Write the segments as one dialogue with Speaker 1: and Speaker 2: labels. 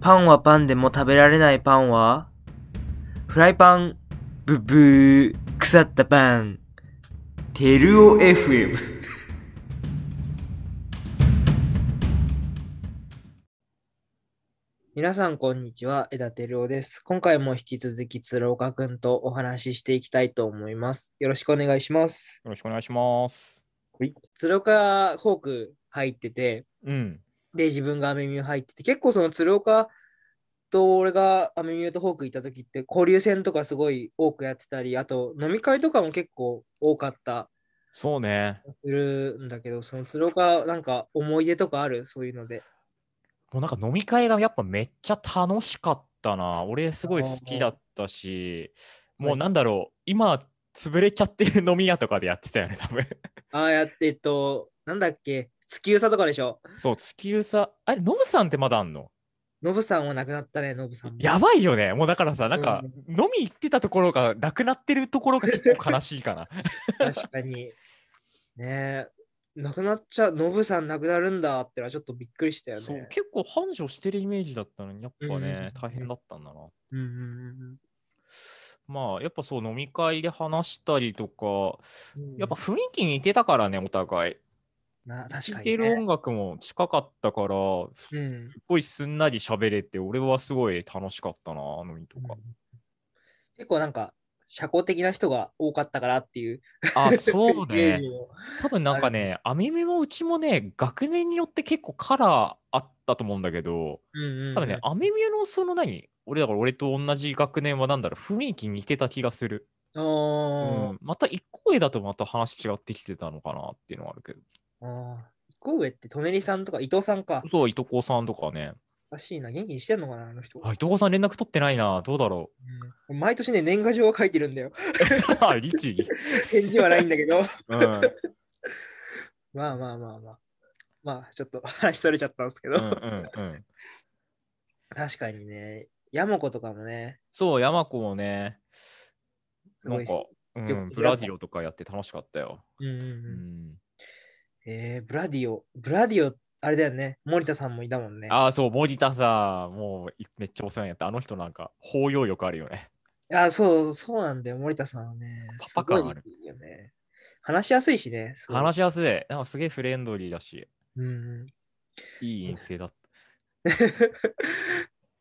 Speaker 1: パンはパンでも食べられないパンはフライパン、ブブー、腐ったパン。テルオ FM。皆さん、こんにちは。枝テルオです。今回も引き続き、鶴岡くんとお話ししていきたいと思います。よろしくお願いします。
Speaker 2: よろしくお願いします。
Speaker 1: 鶴岡フォーク入ってて、
Speaker 2: うん。
Speaker 1: で、自分がアメミュー入ってて、結構その鶴岡と俺がアメミューとホーク行った時って、交流戦とかすごい多くやってたり、あと飲み会とかも結構多かった
Speaker 2: そうね。
Speaker 1: するんだけど、その鶴岡なんか思い出とかあるそういうので。
Speaker 2: もうなんか飲み会がやっぱめっちゃ楽しかったな。俺すごい好きだったし、
Speaker 1: あー
Speaker 2: もうなんだろう、今潰れちゃってる飲み屋とかでやってたよね、多分。
Speaker 1: ああやって、えっと、なんだっけ、月うさとかでしょ。
Speaker 2: そう、月うさ、あれ、ノブさんってまだあんの
Speaker 1: ノブさんは亡くなったね、ノブさんも。
Speaker 2: やばいよね。もうだからさ、なんか飲み行ってたところがなくなってるところが結構悲しいか な。
Speaker 1: 確かに。 ねえ、亡くなっちゃう、ノブさん亡くなるんだってのはちょっとびっくりしたよね。
Speaker 2: そう結構繁盛してるイメージだったのに、やっぱね、
Speaker 1: うん
Speaker 2: 大変だったんだな。
Speaker 1: うんうん
Speaker 2: まあ、やっぱそう、飲み会で話したりとか、
Speaker 1: うんうん、
Speaker 2: やっぱ雰囲気似てたからね、お互い。
Speaker 1: な確
Speaker 2: 聴
Speaker 1: かに、ね。
Speaker 2: ける音楽も近かったから、すっ
Speaker 1: うん
Speaker 2: ごいすんなり喋れて、俺はすごい楽しかったな、飲みとか。
Speaker 1: 結構なんか社交的な人が多かったからっていう
Speaker 2: あ、そう
Speaker 1: イメージ
Speaker 2: ね。
Speaker 1: を
Speaker 2: 多分なんかね、アミメもうちもね、学年によって結構カラーあったと思うんだけど、
Speaker 1: うんうんうん
Speaker 2: 多分ね、アメミのその何俺だから俺と同じ学年はなんだろう、雰囲気似てた気がする。
Speaker 1: あ
Speaker 2: う
Speaker 1: ー
Speaker 2: ん、また一個上だとまた話違ってきてたのかなっていうのはあるけど。
Speaker 1: あー。一個上って、とねりさんとか伊藤さんか。
Speaker 2: そう、いとこさんとかね。
Speaker 1: おかしいな。元気にしてんのかな、あの人。
Speaker 2: あ、いとこさん連絡取ってないな、どうだろう。
Speaker 1: うん毎年ね、年賀状を書いてるんだよ。
Speaker 2: あ律儀。
Speaker 1: 返事はないんだけど。
Speaker 2: うん。
Speaker 1: まあまあまあまあ。まあ、ちょっと話それちゃったんですけど。
Speaker 2: うんうんうん。
Speaker 1: 確かにね。ヤモコとかもね。
Speaker 2: そう、ヤマコもね、なんか、う
Speaker 1: よく
Speaker 2: ん、ブラディオとかやって楽しかったよ。
Speaker 1: うんうん
Speaker 2: う
Speaker 1: うん。
Speaker 2: ん。
Speaker 1: えー、ブラディオ。ブラディオ、あれだよね。森田さんもいたもんね。
Speaker 2: ああ、そう、森田さん、もういめっちゃお世話になった。あの人なんか、包容力あるよね。
Speaker 1: あ、そう、そうなんだよ。森田さんはね、す
Speaker 2: パパ
Speaker 1: ごい
Speaker 2: 感ある
Speaker 1: いいよね。話しやすいしね。すごい
Speaker 2: 話しやすい。なんかすげえフレンドリーだし、
Speaker 1: うんうん、
Speaker 2: いい陰性だっ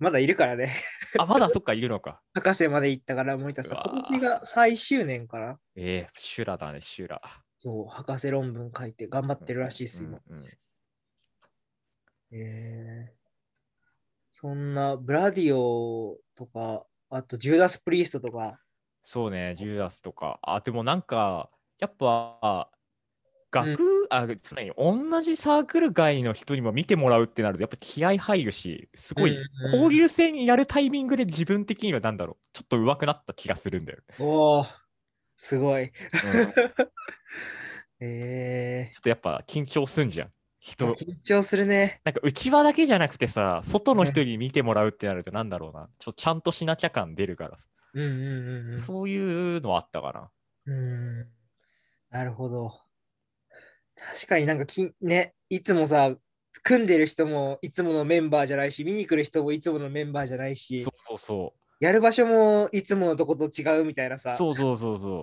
Speaker 1: まだいるからね。
Speaker 2: た。あ、まだそっか、いるのか。
Speaker 1: 博士まで行ったから、森田さん。
Speaker 2: うわー
Speaker 1: 今年が最終年から、
Speaker 2: ええ修羅だね、修羅。
Speaker 1: そう、博士論文書いて頑張ってるらしいです、
Speaker 2: うん
Speaker 1: 今。
Speaker 2: うん
Speaker 1: えーそんな、ブラディオとか、あと、ジューダス・プリーストとか、
Speaker 2: そうね、ジューダスとか。あ、でもなんか、やっぱ、学、あ、つまり同じサークル外の人にも見てもらうってなると、やっぱ気合入るし、すごい
Speaker 1: うんうん
Speaker 2: 交流戦やるタイミングで自分的にはなんだろう、ちょっと上手くなった気がするんだよね。
Speaker 1: おー、すごい。
Speaker 2: ちょっ
Speaker 1: え
Speaker 2: とやっぱ緊張すんじゃん。
Speaker 1: ー、
Speaker 2: 人、
Speaker 1: 緊張するね。
Speaker 2: なんか内輪だけじゃなくてさ、外の人に見てもらうってなるとなんだろうな、ちょっとちゃんとしなきゃ感出るからさ、
Speaker 1: うんうんうんうん。
Speaker 2: そういうのあったかな。
Speaker 1: うーんなるほど。確かになんかき、ね、いつもさ、組んでる人もいつものメンバーじゃないし、見に来る人もいつものメンバーじゃないし
Speaker 2: そ、うそうそ
Speaker 1: やる場所もいつものとこと違うみたいな
Speaker 2: う。
Speaker 1: さ、
Speaker 2: そうそうそうそう。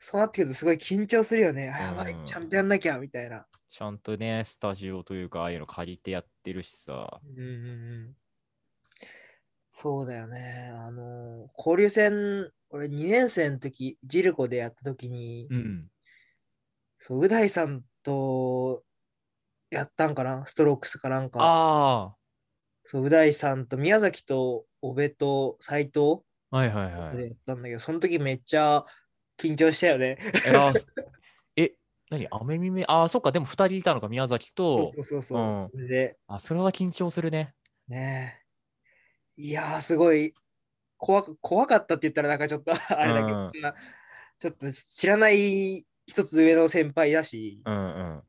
Speaker 1: そうなってくるとすごい緊張するよね。あやばい
Speaker 2: うん、
Speaker 1: ちゃんとやんなきゃみたいな。
Speaker 2: ちゃんとね、スタジオというか、ああいうの借りてやってるしさ。
Speaker 1: うんうんうん、そうだよね。あの、交流戦、俺2年生の時、ジルコでやった時に、
Speaker 2: うん。
Speaker 1: そう、う大さんとやったんかな、ストロークスかなんか。
Speaker 2: あ
Speaker 1: そう、う大さんと宮崎と小部と斎藤
Speaker 2: あ、はいはいは
Speaker 1: で
Speaker 2: い。
Speaker 1: やったんだけど、その時めっちゃ緊張したよね。
Speaker 2: えあー、 え、何アメミメ、ああ、そっか、でも2人いたのか、宮崎
Speaker 1: そ
Speaker 2: と。
Speaker 1: うそうそう。
Speaker 2: うん
Speaker 1: それで、
Speaker 2: あ、それは緊張するね。
Speaker 1: ねえ。いやー、すごい怖か、怖かったって言ったらなんかちょっと あれだけど、
Speaker 2: うん
Speaker 1: そんなちょっと知らない一つ上の先輩だし、
Speaker 2: うんうん。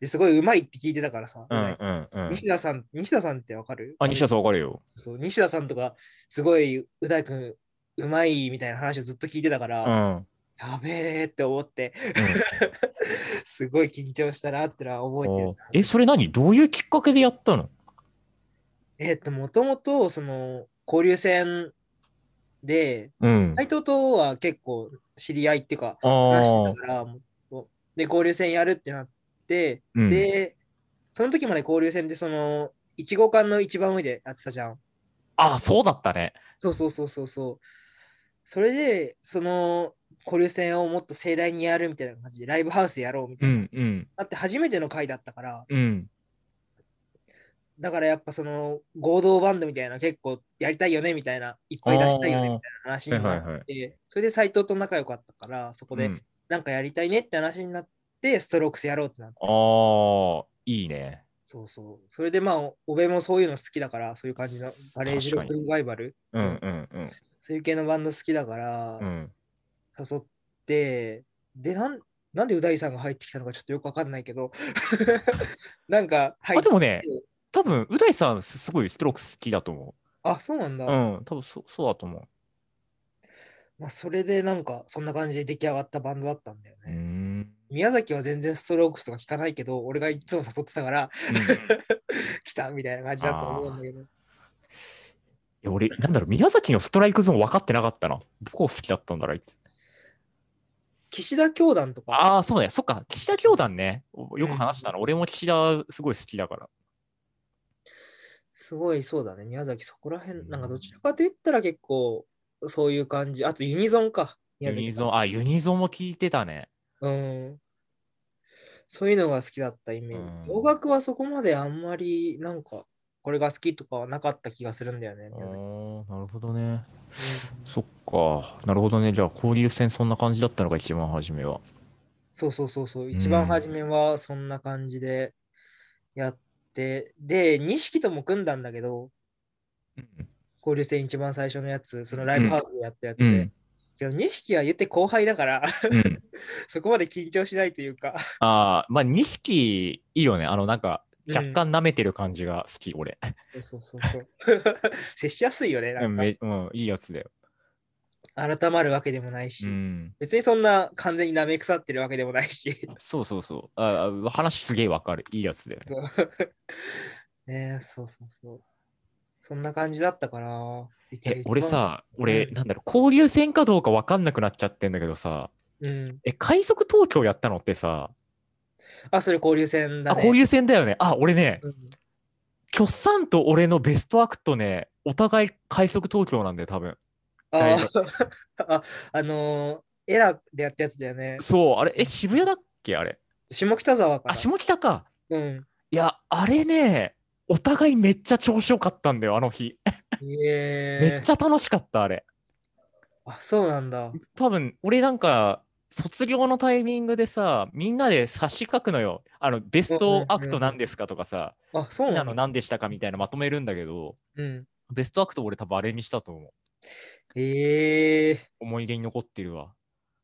Speaker 1: ですごい上手いって聞いてたからさ、
Speaker 2: うんうんうん。
Speaker 1: 西田さん、西田さんってわかる
Speaker 2: あ、西田さんわかるよ。
Speaker 1: そう西田さんとか、すごい、うだいくん、うまいみたいな話をずっと聞いてたか
Speaker 2: う
Speaker 1: ら、
Speaker 2: ん。うん
Speaker 1: やべえって思って、 すごい緊張したなってのは覚えてる
Speaker 2: おーえ、それ何どういうきっかけでやったの
Speaker 1: えっと、もともと、その、交流戦で、
Speaker 2: うん。
Speaker 1: 斎藤とは結構知り合いっていうか、
Speaker 2: あ
Speaker 1: 話し
Speaker 2: ー
Speaker 1: てたから、もっとで、交流戦やるってなって、
Speaker 2: うん
Speaker 1: で、その時まで交流戦で、その、1号館の一番上でやってたじゃん。
Speaker 2: あー、そうだったね。
Speaker 1: そうそうそうそうそう。それで、その、交流戦をもっと盛大にやるみたいな感じで、ライブハウスでやろうみた
Speaker 2: う
Speaker 1: いな。
Speaker 2: んうん
Speaker 1: だって初めての回だったから、
Speaker 2: うん。
Speaker 1: だからやっぱその合同バンドみたいな結構やりたいよねみたいないっぱい出したいよねみたいな話になって、
Speaker 2: はいはい
Speaker 1: それで斎藤と仲良かったからそこ
Speaker 2: う
Speaker 1: で
Speaker 2: ん
Speaker 1: なんかやりたいねって話になってストロークスやろうってなって、
Speaker 2: あー、いいね。
Speaker 1: そうそうそれでまあおおべもそういうの好きだからそういう感じのガレージロック
Speaker 2: 確か
Speaker 1: リバイバル
Speaker 2: うんうんうん
Speaker 1: そういう系のバンド好きだから
Speaker 2: うん。
Speaker 1: 誘って、でなんなんでう大さんが入ってきたのかちょっとよくわかんないけど なんか入
Speaker 2: あ、
Speaker 1: って
Speaker 2: でもね、多分、う大さん、すすごいストロークス好きだと思
Speaker 1: あそうなんだ、
Speaker 2: う。うん、多分そそうだと思う。
Speaker 1: まあ、それでなんかそんな感じで出来上がったバンドだったんだよね
Speaker 2: うーん。
Speaker 1: 宮崎は全然ストロークスとか聞かないけど、俺がいつも誘ってたから、 来たみたいな感じだと思うんだけど。
Speaker 2: いや俺、なんだろう、宮崎のストライクゾーン分かってなかったな。どこ好きだったんだろう。
Speaker 1: 岸田教団とか、
Speaker 2: ああ、そうね。そっか。岸田教団ね。およく話したの。俺も岸田すごい好きだから。
Speaker 1: すごいそうだね。宮崎そこら辺、なんかどちらかといったら結構そういう感じ。あとユニゾンか。
Speaker 2: ユ
Speaker 1: 宮崎
Speaker 2: ニゾン、あ、ユニゾンも聞いてたね。
Speaker 1: うん。そういうのが好きだったイメージ。
Speaker 2: うん
Speaker 1: 洋楽はそこまであんまりなんか、これが好きとかはなかった気がするんだよね。
Speaker 2: ああ
Speaker 1: 宮崎
Speaker 2: ー、なるほどね。
Speaker 1: うん
Speaker 2: そっか。なるほどね。じゃあ、交流戦そんな感じだったのか、一番初めは。
Speaker 1: そうそうそうそう、一番初めはそんな感じでやって、で、錦とも組んだんだけど、
Speaker 2: うん。
Speaker 1: 交流戦一番最初のやつ、そのライブハウスでやったやつ
Speaker 2: う
Speaker 1: で、
Speaker 2: ん。
Speaker 1: けど錦は言って後輩だから、
Speaker 2: うん
Speaker 1: そこまで緊張しないというか、
Speaker 2: ああ、まあ、錦、いいよね。あの、なんか、若干舐めてる感じが好き、俺。
Speaker 1: そうそうそう そう、接しやすいよね、な
Speaker 2: うんん、
Speaker 1: か
Speaker 2: め うんいいやつだよ。
Speaker 1: 改まるわけでもないし、
Speaker 2: うん。
Speaker 1: 別にそんな完全に舐め腐ってるわけでもないし、
Speaker 2: そうそうそう。ああ話すげえわかる。いいやつだよね。
Speaker 1: ねえそうそうそう。そんな感じだったから、
Speaker 2: え、俺、さ、俺、
Speaker 1: うん
Speaker 2: なんだろう、交流戦かどうかわかんなくなっちゃってんだけどさ、
Speaker 1: うん、
Speaker 2: え、快速東京やったのってさ、
Speaker 1: あ、それ交流戦だ
Speaker 2: あ、
Speaker 1: ね。
Speaker 2: 交流戦だよね。あ、俺ね、
Speaker 1: うん
Speaker 2: キョッサンと俺のベストアクトね、お互い快速東京なんだよ、多分。
Speaker 1: あ
Speaker 2: 大丈
Speaker 1: ー あ、あのーエラでやったやつだよね。
Speaker 2: そう、あれ、え、渋谷だっけあれ。
Speaker 1: 下北沢かな。
Speaker 2: あ、下北か。
Speaker 1: うん。
Speaker 2: いや、あれね、お互いめっちゃ調子よかったんだよ、あの日。
Speaker 1: え
Speaker 2: めっち
Speaker 1: ゃ。
Speaker 2: ゃ楽しかった、あれ。
Speaker 1: あ、そうなんだ。
Speaker 2: 多分俺なんか卒業のタイミングでさみんなで差し書くのよあのベストアクト何ですかとかさ、
Speaker 1: あ、そう
Speaker 2: みん
Speaker 1: な
Speaker 2: なんの
Speaker 1: だ。
Speaker 2: 何でしたかみたいなまとめるんだけど
Speaker 1: うん。
Speaker 2: ベストアクト俺多分あれにしたと思う
Speaker 1: ええ
Speaker 2: 思い出に残ってるわ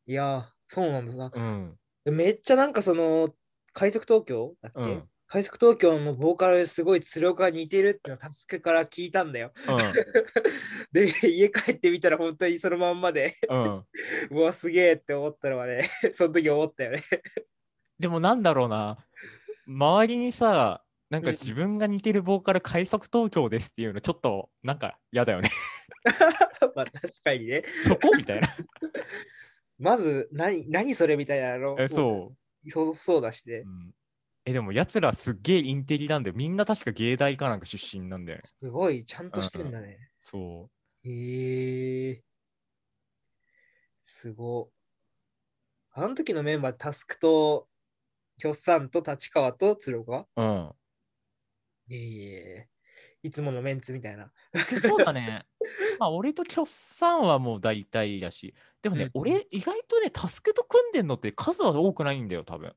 Speaker 1: いや、そうなんだ。
Speaker 2: うん
Speaker 1: めっちゃなんかその、快速東京だっけ、
Speaker 2: うん
Speaker 1: 快速東京のボーカルすごい鶴岡が似てるってのはタスクから聞いたんだよ。 で、家帰ってみたら本当にそのまんまで、
Speaker 2: うん、うん、
Speaker 1: うわ、すげえって思ったのはね、 その時思ったよね。
Speaker 2: でもなんだろうな周りにさなんか
Speaker 1: うん
Speaker 2: 自分が似てるボーカル快速東京ですっていうのちょっとなんか嫌だよね
Speaker 1: まあ確かにね。
Speaker 2: そこみたいな
Speaker 1: まず何、何それみたいなの。。
Speaker 2: えそう
Speaker 1: そうそうだしね
Speaker 2: う、う。ん、えでもやつらすっげえインテリなんだよみんな確か芸大かなんか出身なんだよね
Speaker 1: すごい、ちゃんとしてんだね。
Speaker 2: そう
Speaker 1: へえ。すご。あの時のメンバー、タスクと、キョッサンと立川と鶴岡
Speaker 2: うん。
Speaker 1: いえいえ。いつものメンツみたいな。
Speaker 2: そうだね。 まあ、俺とキョッサンはもう大体だし、でもね、
Speaker 1: うん
Speaker 2: 俺、意外とね、タスクと組んでんのって数は多くないんだよ、多分。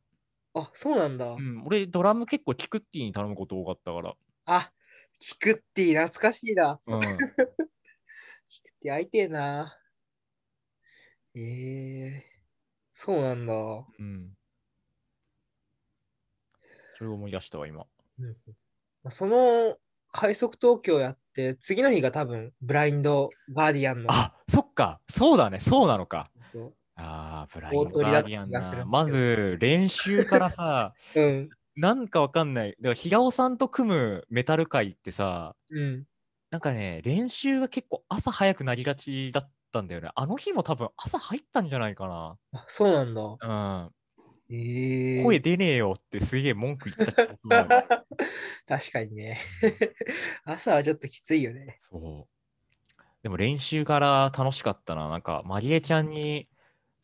Speaker 1: あ、そうなんだ。
Speaker 2: うん、俺、ドラム結構キクッティに頼むこと多かったか
Speaker 1: あ、キクッティ、懐かしいな。
Speaker 2: ら。うん。
Speaker 1: キクッティ、会いてえな。ええ。そうなんだ。
Speaker 2: うん、 それを思い出したわ、
Speaker 1: ま
Speaker 2: 今。
Speaker 1: あその、快速東京やって、次の日が多分、ブラインド・ガーディアンの
Speaker 2: あそっか、そうだね、そうなのか。
Speaker 1: そう
Speaker 2: ああ、ブライ
Speaker 1: 大
Speaker 2: ンド
Speaker 1: 鳥だ
Speaker 2: ガ
Speaker 1: っ
Speaker 2: ー
Speaker 1: た
Speaker 2: ディアン
Speaker 1: 気がするんだけ
Speaker 2: な。
Speaker 1: ど
Speaker 2: まず、練習からさ、
Speaker 1: うん。
Speaker 2: なんかわかんない。だから、平尾さんと組むメタル界ってさ、
Speaker 1: うん。
Speaker 2: なんかね、練習が結構朝早くなりがちだったんだよね。あの日も多分朝入ったんじゃないか
Speaker 1: あそうなんだ。
Speaker 2: な。
Speaker 1: え
Speaker 2: う
Speaker 1: え
Speaker 2: ん。声出ねえよってすげえ文句言った記憶があ る
Speaker 1: 確かにね。 朝はちょっときついよね。
Speaker 2: そう。でも練習から楽しかったな。なんか、マリエちゃんに、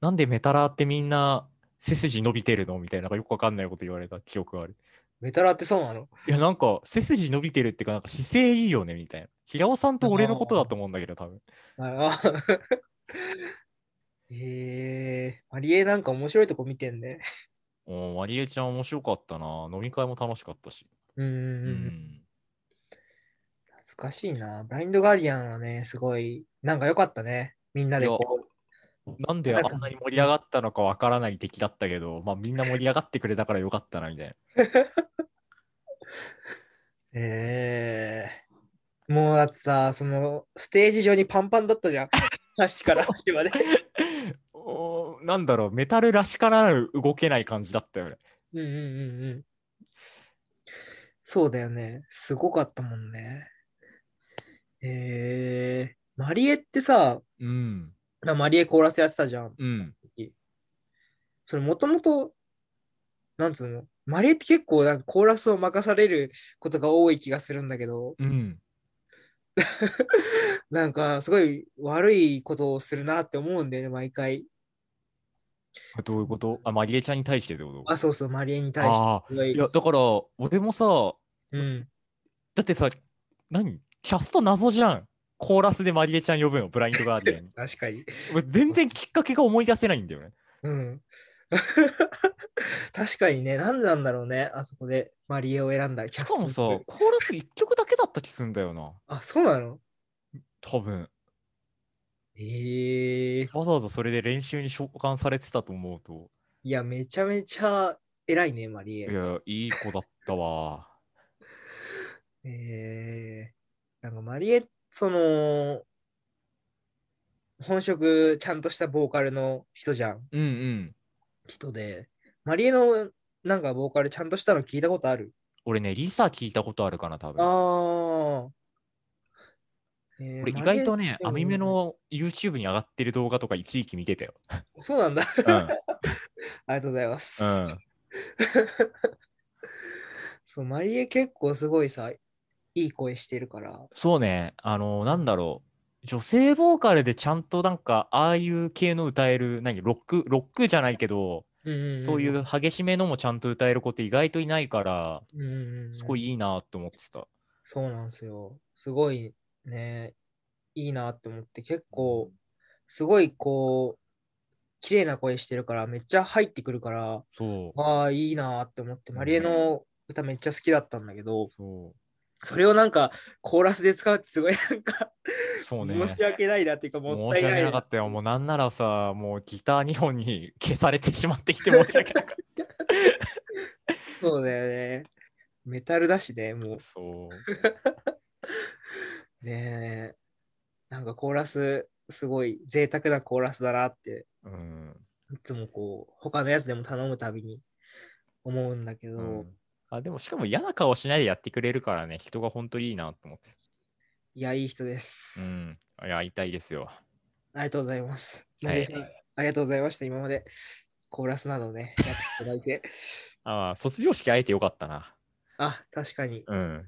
Speaker 2: なんでメタラーってみんな背筋伸びてるのみたいな、なんかよくわかんないこと言われた記憶がある。
Speaker 1: メタラってそうなの
Speaker 2: いや、なんか背筋伸びてるっていうか、なんか姿勢いいよねみたいな。平尾さんと俺のことだと思うんだけど、多分。
Speaker 1: あ あええマリエなんか面白いとこ見てんね。
Speaker 2: おマリエちゃん面白かったな。飲み会も楽しかったし。
Speaker 1: うー。
Speaker 2: うん
Speaker 1: 懐かしいな。ブラインドガーディアンはね、すごい、なんか良かったね。みんなでこう。
Speaker 2: なんであんなに盛り上がったのかわからない敵だったけど、まあみんな盛り上がってくれたからよかったなみた いな。
Speaker 1: ええもうだってさ、そのステージ上にパンパンだった じゃん。端から端まで。
Speaker 2: おーなんだろう、メタルらしからぬ動けない感じだったよね。
Speaker 1: うんうんうんうん。そうだよね。すごかったもんね。えー、マリエってさ、
Speaker 2: うん。
Speaker 1: なマリエコーラスやってたじゃん。
Speaker 2: うん。
Speaker 1: それもともと、なんつうの、マリエって結構なんかコーラスを任されることが多い気がするんだけど、
Speaker 2: うん。
Speaker 1: なんかすごい悪いことをするなって思うんだよね、毎回。
Speaker 2: どういうことあ、マリエちゃんに対してってこと
Speaker 1: あ、そうそう、マリエに対して。
Speaker 2: あ
Speaker 1: すご
Speaker 2: あ。
Speaker 1: い
Speaker 2: いや、だから、俺もさ、
Speaker 1: うん、
Speaker 2: だってさ、何キャスト謎じゃん。コーラスでマリエちゃん呼ぶの、ブラインドガーディアンに
Speaker 1: 確かに。
Speaker 2: 俺全然きっかけが思い出せないんだよね。
Speaker 1: うん。 確かにね、なんなんだろうね、あそこでマリエを選んだキ
Speaker 2: し
Speaker 1: ャス
Speaker 2: か
Speaker 1: ト
Speaker 2: もさ、コーラス1曲だけだった気すんだよな。
Speaker 1: あ、そうなの
Speaker 2: 多分。
Speaker 1: ええ
Speaker 2: わざわざそれで練習に召喚されてたと思うと、
Speaker 1: いや、めちゃめちゃ偉いね、マリ
Speaker 2: い
Speaker 1: エ。
Speaker 2: や、いい子だったわ。
Speaker 1: ええなんかマリエ、その、本職ちゃんとしたボーカルの人じゃん、
Speaker 2: うんうん。
Speaker 1: 人で。マリエのなんかボーカルちゃんとしたの聞いたことある
Speaker 2: 俺ね、リサ聞いたことあるかな、多分。
Speaker 1: ああ。え
Speaker 2: 俺意外とね、ア
Speaker 1: ミ
Speaker 2: ミ
Speaker 1: メ
Speaker 2: メ。の YouTube に上がってる動画とか一時期見てたよ。
Speaker 1: そうなんだ。
Speaker 2: うん。
Speaker 1: ありがとうございます。
Speaker 2: うん
Speaker 1: そう、マリエ結構すごいさ、いい声してるから。。
Speaker 2: そうね、あの、なんだろう。女性ボーカルでちゃんとなんか、ああいう系の歌える、何、ロック、ロックじゃないけど、そういうう激しめのもちゃんと歌える子って意外といないから、
Speaker 1: うんうんうん、
Speaker 2: すごいいいなと思ってた。
Speaker 1: そうなんですよ。すごいね、いいなって思って、結構、すごいこう、綺麗な声してるから、めっちゃ入ってくるから、
Speaker 2: そう。
Speaker 1: ああ、いいなって思って、マリエの歌めっちゃ好きだったんだけど、
Speaker 2: そ
Speaker 1: それをなんか、コーラスで使うってすごいなんか、
Speaker 2: う。そうね。
Speaker 1: 申し訳ないなっていうか、もっ
Speaker 2: 申
Speaker 1: たい
Speaker 2: し
Speaker 1: な
Speaker 2: 訳
Speaker 1: い
Speaker 2: なかったよ。もうなんならさ、もうギター2本に 消されてしまってきて申し訳なかっ
Speaker 1: そうだよね。メタルだしね、もう
Speaker 2: た。。そう。
Speaker 1: ねえ、なんかコーラス、すごい贅沢なコーラスだなって、
Speaker 2: うん。
Speaker 1: いつもこう、他のやつでも頼むたびに思うんだけど、
Speaker 2: うんあでもしかも嫌な顔しないでやってくれるからね、人が本当いいなと思って。
Speaker 1: いや、いい人です。
Speaker 2: うん。いや、会いたいですよ。
Speaker 1: ありがとうございます。マ
Speaker 2: はい
Speaker 1: リエさんありがとうございました、今まで。コーラスなどね、やっていただいて。
Speaker 2: ああ、卒業式会えてよかったな。
Speaker 1: あ、確かに。
Speaker 2: うん。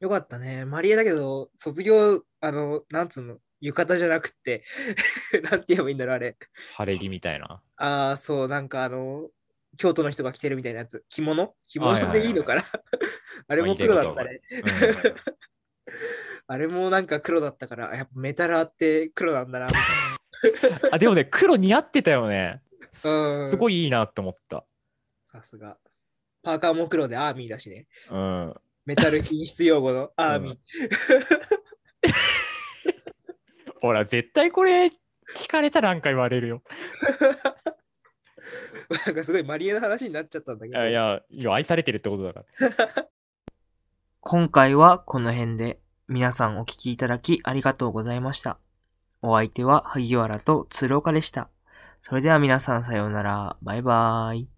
Speaker 1: よかったね。マリエだけど、卒業、あの、なんつうの、浴衣じゃなくって、 なんて言えばいいんだろう、あれ。
Speaker 2: 晴れ着みたいな。
Speaker 1: ああ、そう、なんかあの、京都の人が着てるみたいなやつ。着物着
Speaker 2: はいはい
Speaker 1: 物
Speaker 2: はい
Speaker 1: でいいのかな あれも黒だったね。
Speaker 2: う
Speaker 1: あれもなんか黒だったから、あやっぱメタラーって黒なんだなみたい
Speaker 2: ん、あで もね、黒似合ってたよね。す
Speaker 1: うん
Speaker 2: すごいいいなと思った。
Speaker 1: な。さすが。パーカーも黒でアーミーだしね。
Speaker 2: うん。
Speaker 1: メタル品質用語のアーミー。
Speaker 2: うんほら、絶対これ、聞かれたらなんか言われるよ。
Speaker 1: なんかすごいマリエの話になっちゃったんだけ
Speaker 2: いやいや、いや愛されてるってことだから。
Speaker 1: 今回はこの辺で皆さんお聞きいただきありがとうございました。お相手は萩原と鶴岡でした。それでは皆さんさようなら。バイバーイ。